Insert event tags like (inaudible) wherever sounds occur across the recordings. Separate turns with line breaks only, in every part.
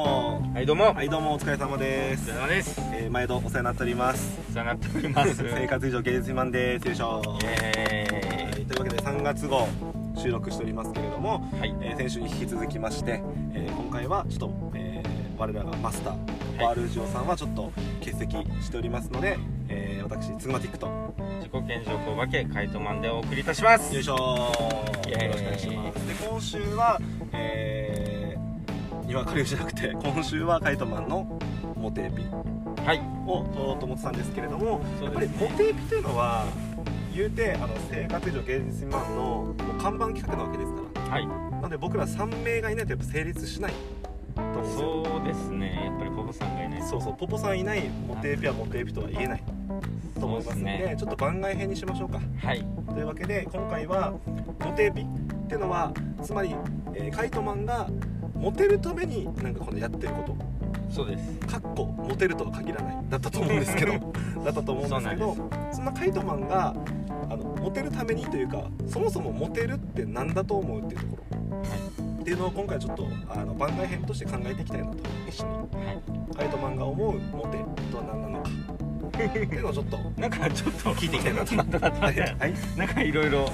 どうも、
はいどうもお疲れ様で
お疲
す
れ、様
(laughs)
です
えー、毎度お世話になっております
お世話になっております
生活以上芸術未満ですよいしょ
イエ
はいというわけで3月号収録しておりますけれども、
ーイはい
えー先週に引き続きまして、えー今回はちょっと、えー我らがマスター
はい
バールージオさんはちょっと欠席しておりますので、えー私ツグマティックとよ
自己顕示欲を分けカイトマンでお送りいたします
いしょ
イエーイ
よろしくお願いしますで今週はえー、岩狩りじゃなくて (laughs) 今週はカイトマンのモテエピ
はい
を撮ろうと思ってたんですけれども、
そ
やっ
う
ぱ
で
り
す
モ
ね
テエピというのは言うてあの生活以上芸術未満のもう看板企画なわけですから
はい
なので僕ら3名がいないとやっぱ成立しないと思うんですよ
そうですねやっぱりポポさんがいないと
そうそうポポさんいないモテエピはモテエピとは言えないと思いますのでちょっと番外編にしましょうか
はい
というわけで今回はモテエピっていうのはつまり、えーカイトマンがモテるためになんかこのやってること
そうです
かっこモテるとは限らないだったと思うんですけどだったと思うんですけど
そ
そんなカイトマンがあのモテるためにというかそもそもモテるって何だと思うっていうところ、っていうのを今回ちょっとあの番外編として考えていきたいなと一緒に
はい
カイトマンが思うモテとは何なのかっていうのをちょっと
なんかちょっと
聞いていきたいなと
待って待って
は
待って
い、はい
なんかいろいろ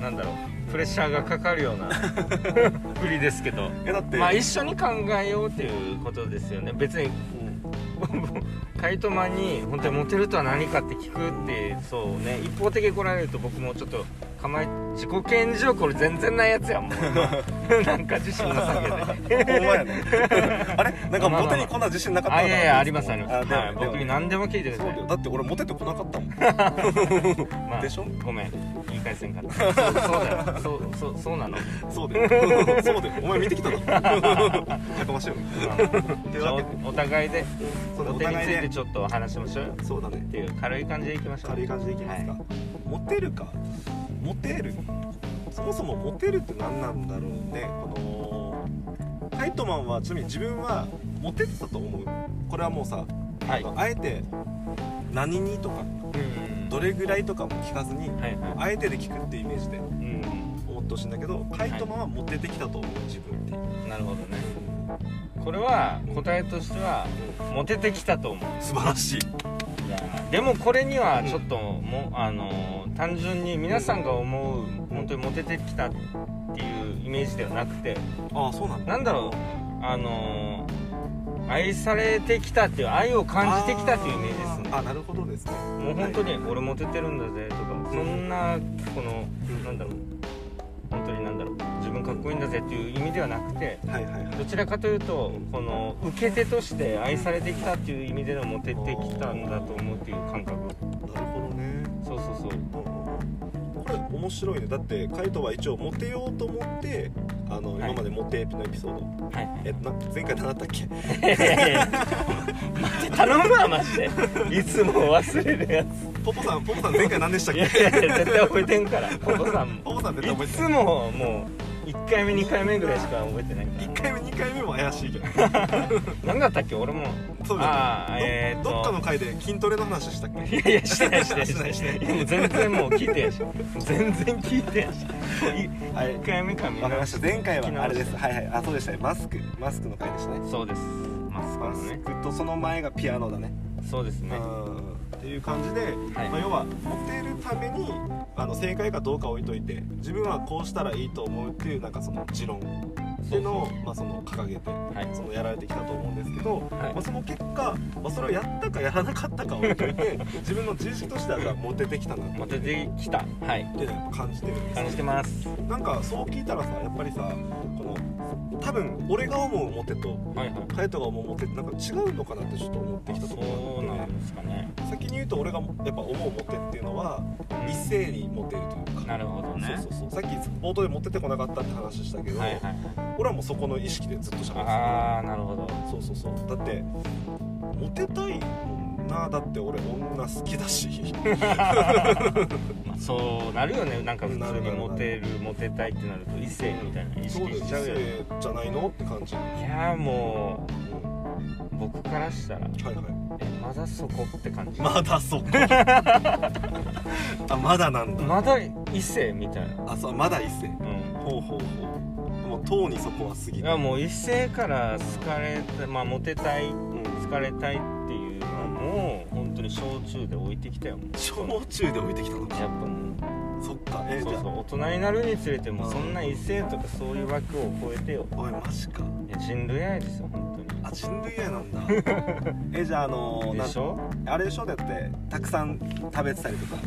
なんだろうプレッシャーがかかるよう
(laughs)
な振りですけど
えだって、
まあ一緒に考えようっていうことですよね別に
うん
カイトマンに本当にモテるとは何かって聞くってそうね一方的に来られると僕もちょっと構え自己顕示欲これ全然ないやつやもん (laughs) なんか自信なさげで
(laughs) ほんまやねあれなんかモテにこんな自信なかった
あ
ない
やいやありますあります、
だよ
はい、
ねだよ
僕
ね
に何でも聞いてくだ
そ
さ
うだ
い
よだって俺モテてこなかったもん
(laughs) まあ
でしょ
ごめん言い返せん (laughs) かったそうそうだよそうそうそう (laughs) なの、
そうだよ (laughs) そうだよお前見てきたの
(laughs)
やかましいよ
まあ
というわけで
おお互いで
そうだ
モ
お
テにつ
互い
いて
で
ちょっとお話しましょうよ
そうだね
っていう軽い感じでいきましょう
軽い感じでいきますか、
は
モテるかモテるそもそもモテるって何なんだろうねこのタイトマンはちなみに自分はモテてたと思うこれはもうさ、
はい、
あえて何にとか
うん
どれぐらいとかも聞かずに
はいは
あえてで聞くってイメージで
いうん
思ってほしいんだけどカイトマンはモテてきたと思う自分っていう、
なるほどねこれは答えとしてはモテてきたと思う
素晴らしい
でもこれにはちょっとも、あのー単純に皆さんが思う本当にモテてきたっていうイメージではなくて
ああそうなんだ
なんだろうあのー愛されてきたっていう愛を感じてきたっていうイメージですね
あーあなるほどですね
もう本当に「俺モテてるんだぜ」とかそんなこの
うん
なんだろう本当になんだろう自分かっこいいんだぜっていう意味ではなくて
はいはいはい
どちらかというとこの受け手として愛されてきたっていう意味でのモテてきたんだと思うっていう感覚
なるほどね
そうそうそう
これ面白いねだってカイトは一応モテようと思ってあの、
はい
今までモテエピのエピソード
はい
えな前回何だったっけ
待って頼むわマジでいつも忘れるやつ
ポポさんポポさん前回何でしたっ
いや
け
いやいや絶対覚えてんからお父さんも
ポポさん絶対覚
い
えて
つももう1回目2回目ぐらいしか覚えてないか
1回目2回目も怪しいけど
ら何だったっけ俺も
そう
あ
だ
ーえ
ね
ー
ど
と
どっかの回で筋トレの話したっけ
いやいやしてないしてないしてない
してない
いやもう全然もう聞いてやし全然聞いてやし
はい
1回目かみん
わかり
な
ました前回
聞き
はあ
直
れ
して
ですはいはいあそうでしたねマスクマスクの回でしたね
そうですマスク
マ
の
ス
ね
クとその前がピアノだね
そうですね
うんっていう感じで、
はい
まあ、要はモテるためにあの正解かどうか置いといて自分はこうしたらいいと思うっていうなんかその持論っていうのをまあ、その掲げて
はい
そのやられてきたと思うんですけど、
はい
まあ、その結果、まあ、それをやったかやらなかったか置いと
(laughs)
いて自分の自意識としてはじゃあモテてきたな
まあ出てきたはい
っていうのをやっぱ感じてるんです
感
よ
じてます
なんかそう聞いたらさやっぱりさこの多分俺が思うモテと
はいはい
カイトが思うモテってなんか違うのかなってちょっと思ってきたとこ
そう
ろがあって
なんですかね
先に言うと俺がやっぱ思うモテっていうのは一斉にモテるというか
なるほどね
そうそうそうさっき冒頭でモテてこなかったって話したけど、
はいはいはい
俺はもうそこの意識でずっと喋って
ああなるほど
たそうそうそうだってモテたいもんなだって俺女好き
(laughs)
だし
まあそうなるよねなんか普
な
通
るな
に
る
モテるモテたいってなると異性みたいな意
そ
識
うだよ
し
異
ちゃうよね
性じゃないのって感じ、う
い
ん
やーもう僕からしたら
はいはい
えまだそこって感じ
まだそ
(laughs)
こあまだなんだ
まだ異性みたいな
あそうまだ一世
うん
ほうほうほうもうとうにそこは過ぎ
い
た
やもう異性から好かれたまあモテたい
うん
好かれたいっていうのも本当に小中で置いてきたよ
小中で置いてきたの
や
か
っぱもう
そっかえー
そう
じ
そ
ゃ
う大人になるにつれてもそんな異性とかそういう枠を超えてよ
あおいマジか
いや人類愛ですよ本当に
あ人類
(laughs)
愛なんだえじゃああの
でしょ
なんあれでしょだってたくさん食べてたりとか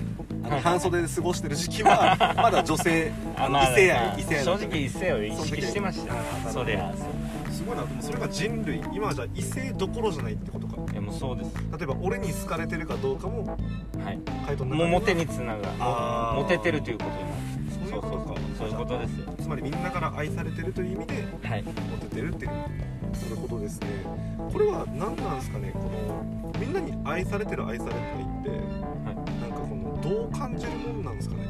あ
は
の
い
半袖で過ごしてる時期
(laughs)
はまだ女性あの異性愛異性愛
正直異性を意識してまし
その時
た
は
そりゃそ
すごいなでもそれが人類今じゃ異性どころじゃないってことか
ういやもうそうです
例えば俺に好かれてるかどうかも
はい
回答の
もうモテ
に
につなが
あー
モテてるということにな
そういう
る
ことか
そうそうそういうことですよ
つまりみんなから愛されてるという意味で
はい
モテてるっていうそういうことですねこれは何なんですかねこのみんなに愛されてる愛されてないって、なんかこのどう感じるもんなんですかね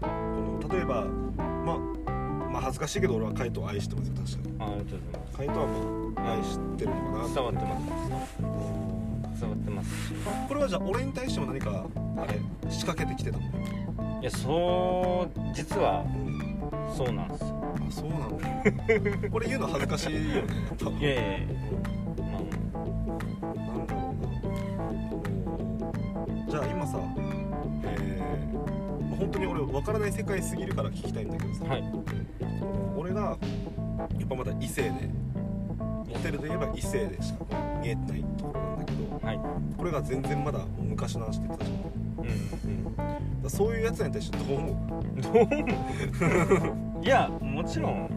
この例えばまあまあ恥ずかしいけど俺はカイトを愛してますよ確
あ
かに
ありがとうござい
カイトはもう愛してるのかな
ます伝わってま
うん
す伝わってます
これはじゃあ俺に対しても何かあれ仕掛けてきてたの、
いやそう実は
うん、
そうなんですよ
あそうなんだ (laughs) これ言うの恥ずかしいよねやっぱ
いやいやいやまあ
なんだろうなじゃあ今さえーまあ本当に俺分からない世界すぎるから聞きたいんだけどさ、
はい
俺がやっぱまだ異性でモテるといえば異性でしか見えてないところなんだけど
はい
これが全然まだもう昔の話って言ってたじゃんだか
うん
らそういうやつらに対してどう思
うんどう思ういやもちろん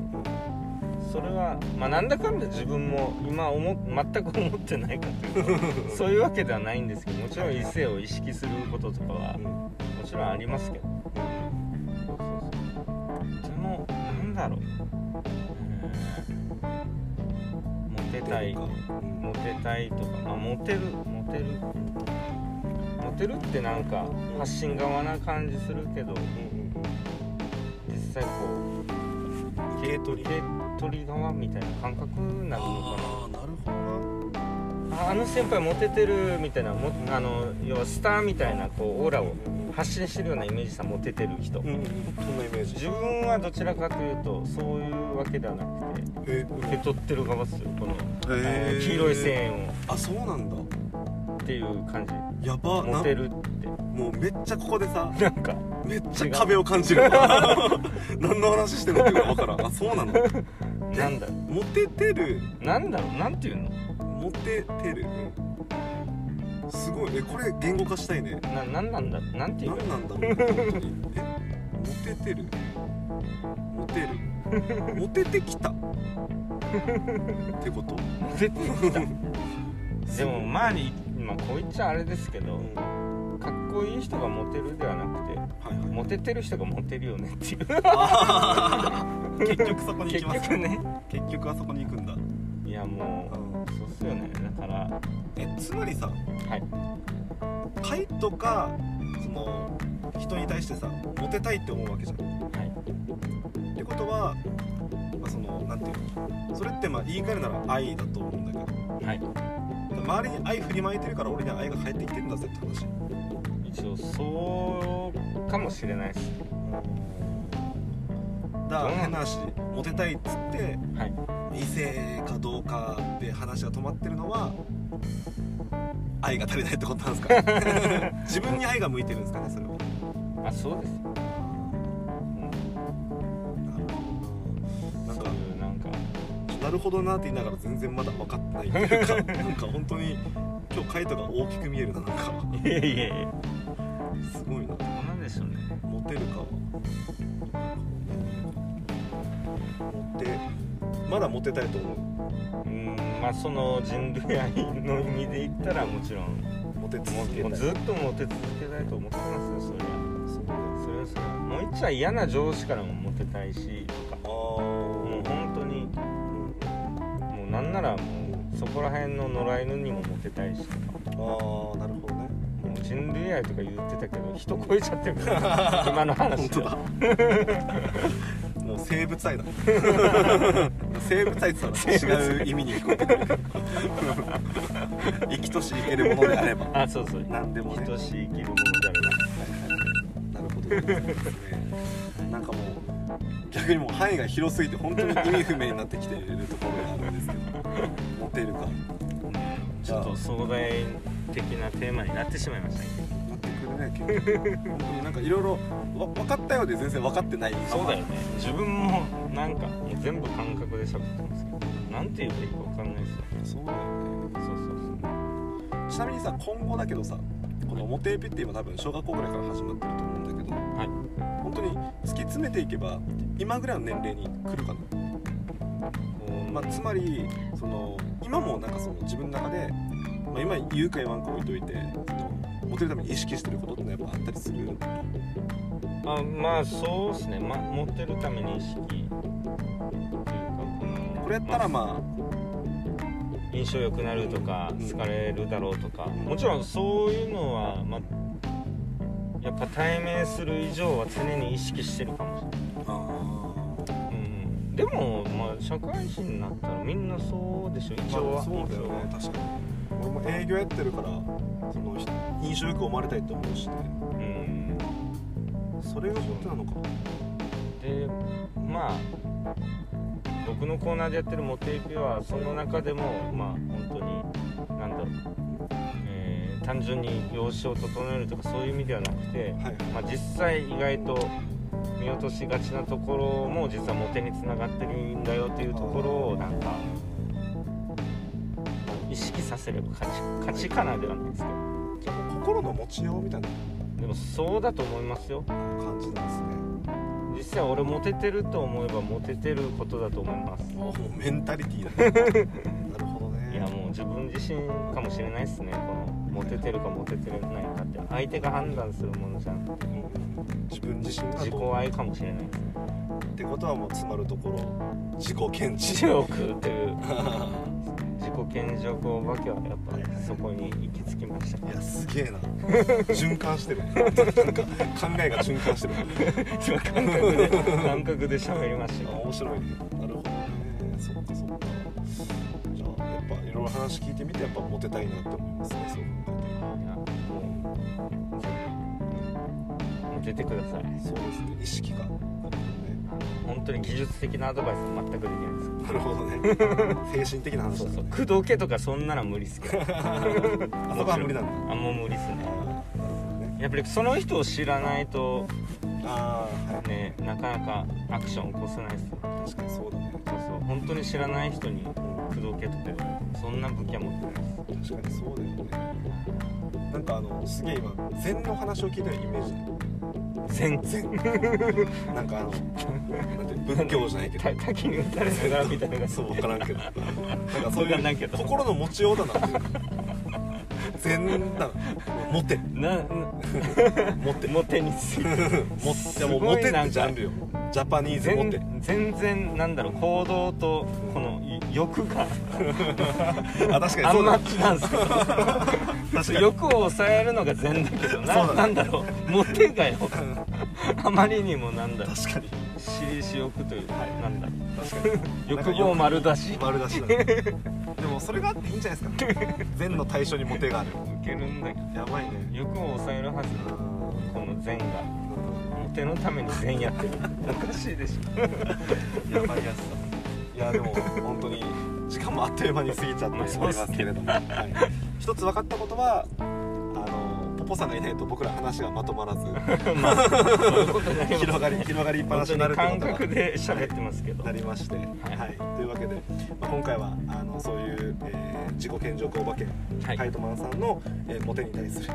それはまあなんだかんだ自分も今思っ全く思ってないかという (laughs) かそういうわけではないんですけどもちろん異性を意識することとかは
う、
もちろんありますけどそうそうそうでもなんだろううんモテたい
か、
モテたいとか、まあ、モテるモテるモテるってなんか発信側な感じするけど実際こう
受け取り
受け取り側みたいな感覚になるの
ああなるほど
かなああの先輩モテてるみたいなもあの要はスターみたいなこうオーラを発信してるようなイメージさモテてる人、
うん、そんなイメージ
自分はどちらかというとそういうわけではなくて
え
受け取ってる側ですよこの、
え
黄色い声援を
あそうなんだ
っていう感じ
やば
モ
な
テるっ
もうめっちゃここでさ
てなんか
めっちゃ壁を感じる (laughs) 何の話してんのっていうの分からんあそうなの
なんだろ
モテてる
うなんだろうなんていうの
モテてる、うんすごいえこれ言語化したいね
ななんなんだなんていう
何
の
なんだろう本当にえモテてるモテるモテてきたってこと
モテてき
(laughs)
たです
ご
も
い
周りまあこう言っちゃあれですけど
うん
かっこいい人がモテるではなくて
はいはい
モテてる人がモテるよねっていう
あー結局そこに行
結
きます
局ね
結局あそこに行くんだ
いやもうそうっすよねだからは
えつまりさ
い
会とかその人に対してさモテたいって思うわけじゃんっ
はい
てことは、まあ、そのなんていうのそれってまあ言い換えるなら愛だと思うんだけど
はい
周りに愛振りまいてるから俺には愛が返ってきてるんだぜって話
一応そうかもしれないですそうなん
だから
だ
変な話モテたいっつって
はい
異性かどうかで話が止まってるのは愛が足りないってことなんですか (laughs) 自分に愛が向いてるんですかねそれは
あそうですうんそ
なるほどなん
う
か
いうなんか
なるほどなって言いながら全然まだ分かってないっていうかなんか本当に今日カイトが大きく見えるななんか
いやいやい (laughs) や
すごいな
どうなんでしょうね
モテるかはモテまだモテたいと思
うんまあその人類愛の意味で言ったらもちろん
うモテ
も
続け
うもう
たい
ずっとモテ続けたいと思ってますよそりゃ
そうだよ
それはそれはもう一は嫌な上司からもモテたいしとか
あ
もう
ー
本当にもうなんならもうそこら辺の野良犬にもモテたいしとか
あーなるほどね
もう人類愛
(laughs)
とか言ってたけど人超えちゃってるから今の
本
話
当
は
だもう生物愛だ生物愛って言ったら違う意味に聞こえてくる (laughs) 生きとし生けるものであれば
あそうそう
何でもね
等しい生きるものであれ
なるほど (laughs) ですねなんかもう逆にもう範囲が広すぎて本当に意味不明になってきているところがあるんですけどモテるか
ばちょっと壮大的なテーマになってしまいましたね
なってくるね結構本当になんかいろいろわ分かったようで全然分かってない
そうだよね自分もなんかもう全部感覚で喋ってますけどなんて言うかよくわかんないですよ
そうだよね
そうそうそう
ちなみにさ今後だけどさこのモテエピって今多分小学校ぐらいから始まってると思うんだけ
い
ど、本当に突き詰めていけば今ぐらいの年齢に来るかな、まあ、つまりその今もなんかその自分の中で、まあ、今言うか言わんか置いといてそのモテるために意識してることってのはやっぱあったりする
あまあそうですね、ま、持ってるために意識っていうかこの
これやったらま
あ印象良くなるとか
うん
好かれるだろうとかもちろんそういうのは、ま、やっぱ対面する以上は常に意識してるかもしれない
あ、あ
うんでも、まあ、社会人になったらみんなそうでしょ一応は、
そうだよね確かに俺も営業やってるからそのひ印象よく思われたいと思うしね
うん
それがモテなのか
でまあ僕のコーナーでやってるモテエピはその中でもまあ本当になんだろう、えー単純に容姿を整えるとかそういう意味ではなくて、
はい
まあ、実際意外と見落としがちなところも実はモテにつながってるんだよっていうところをなんか意識させれば勝ち勝ちかなではないですけど
心の持ちようみたいな
でもそうだと思いますよ
感じなんですね
実際俺モテてると思えばモテてることだと思います
もうメンタリティーだ、ね、なるほどね
いやもう自分自身かもしれないですねこのモテてるかモテてないかって相手が判断するものじゃん
自分自身が
自己
どう
愛かもしれないですね
ってことはもう詰まるところ自己検 (laughs) 知
1億という
い
自己顕示欲お化けはやっぱそこに行き着きました
やすげえな循環してるなんか考えが循環してる
今感覚で感覚で喋りました
あ
よ
面白いねなるほどねそっかそっかじゃあやっぱいろいろ話聞いてみてやっぱモテたいなって思いますねそう考え
いやもうぜひモテてください
てそうですね意 (laughs) 識がなるほどね
あの本当に技術的なアドバイス全くできないです
なるほどね (laughs) 精神的な話
そう
だ
そう
ね
工藤家とかそんなの無理っすけど
あそこは無理なんだ
あもう無理っすね
あーなるほどね
やっぱりその人を知らないと
あーはい
ねなかなかアクション起こせないですよ
確かにそうだね
そうそう本当に知らない人に口説けとかそんな武器は持ってないです
確かにそうだよねなんかあのすげえ今禅の話を聞いたようなイメージだ
全
(laughs) 禅なんかあのなんていうの仏教じゃないけど
然滝に打たれながらみたいなのが
そう分からんけどなんかそう
わかんない
い
け
う
ど
心の持ちようだなっていう禅だなモテ
な
モテ
モテについて
モテじゃあもう
すごい
モテっ
なんか
てジャンルよジャパニーズモテ
全全然なんだろう行動とこの欲が
あ確かに
ア
そ
ン
う
マ
だ
ッチなんですけ
確
ど
かに
(laughs) 欲を抑えるのが善だけど
そ
な
うだね
なんだろうモテがよあまりにもなんだろう
確かに
私利私欲というかなんだろう
確かに
欲望丸出し
丸出しだねでもそれがあっていいんじゃないですか禅の対象にモテがある
受けるんだけど
やばいね
欲を抑えるはず
う
だ
ん
この善がモテのために善やってるおかしいでし
(laughs) やばいやつだいやでも本当に時間もあっという間に過ぎちゃって
まあ
おりますけれども、はい、一つ分かったことはあのポポさんがいないと僕ら話がま
(laughs)
とまらず
ょまあそういうことになります
広がり広がりっぱな
本
し
当
になる
に感
ってことが
覚で喋ってますけど
なりまして、はい、というわけで、まあ、今回はあのそういう、えー自己顕示欲お化け、
はい
カイトマンさんの、えーモテに対す
(laughs)
る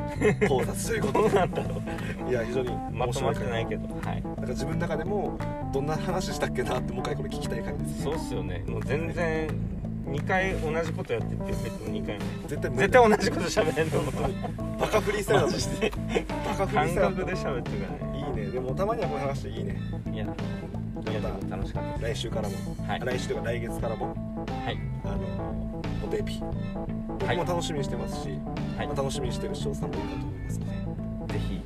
考察というこ
どう
と
なんだろう
でいや非常に
ま
面
とまっ
白い
て
回
ないけどはい
なんか自分の中でもどんな話したっけなってもう一回これ聞きたい回です
そうっすよねもう全然2回同じことやってて別に2回目
絶対無理
絶対同じこと喋れんの
バカフリースタイル
マ
だと
ジで
バカフリー
感
スタイル
覚で喋ってるか
いいねでもたまにはこういう話でいいね
らねいやいやでも楽しかったで
来週からも、
すはい
来週とか来月からも
はい
あのおテーピ僕
い
も楽しみにしてますし、
はい
まあ楽しみにしてる視聴者さんもいるかと思いますので、
ぜひよ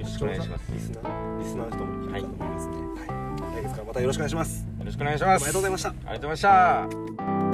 ろしくお願いします
リスナーリスナーの人もいるかと思いますね、はい来月からもまたよろしくお願いします
よろしくお願いします
どうもありがとうございました
ありがとうございました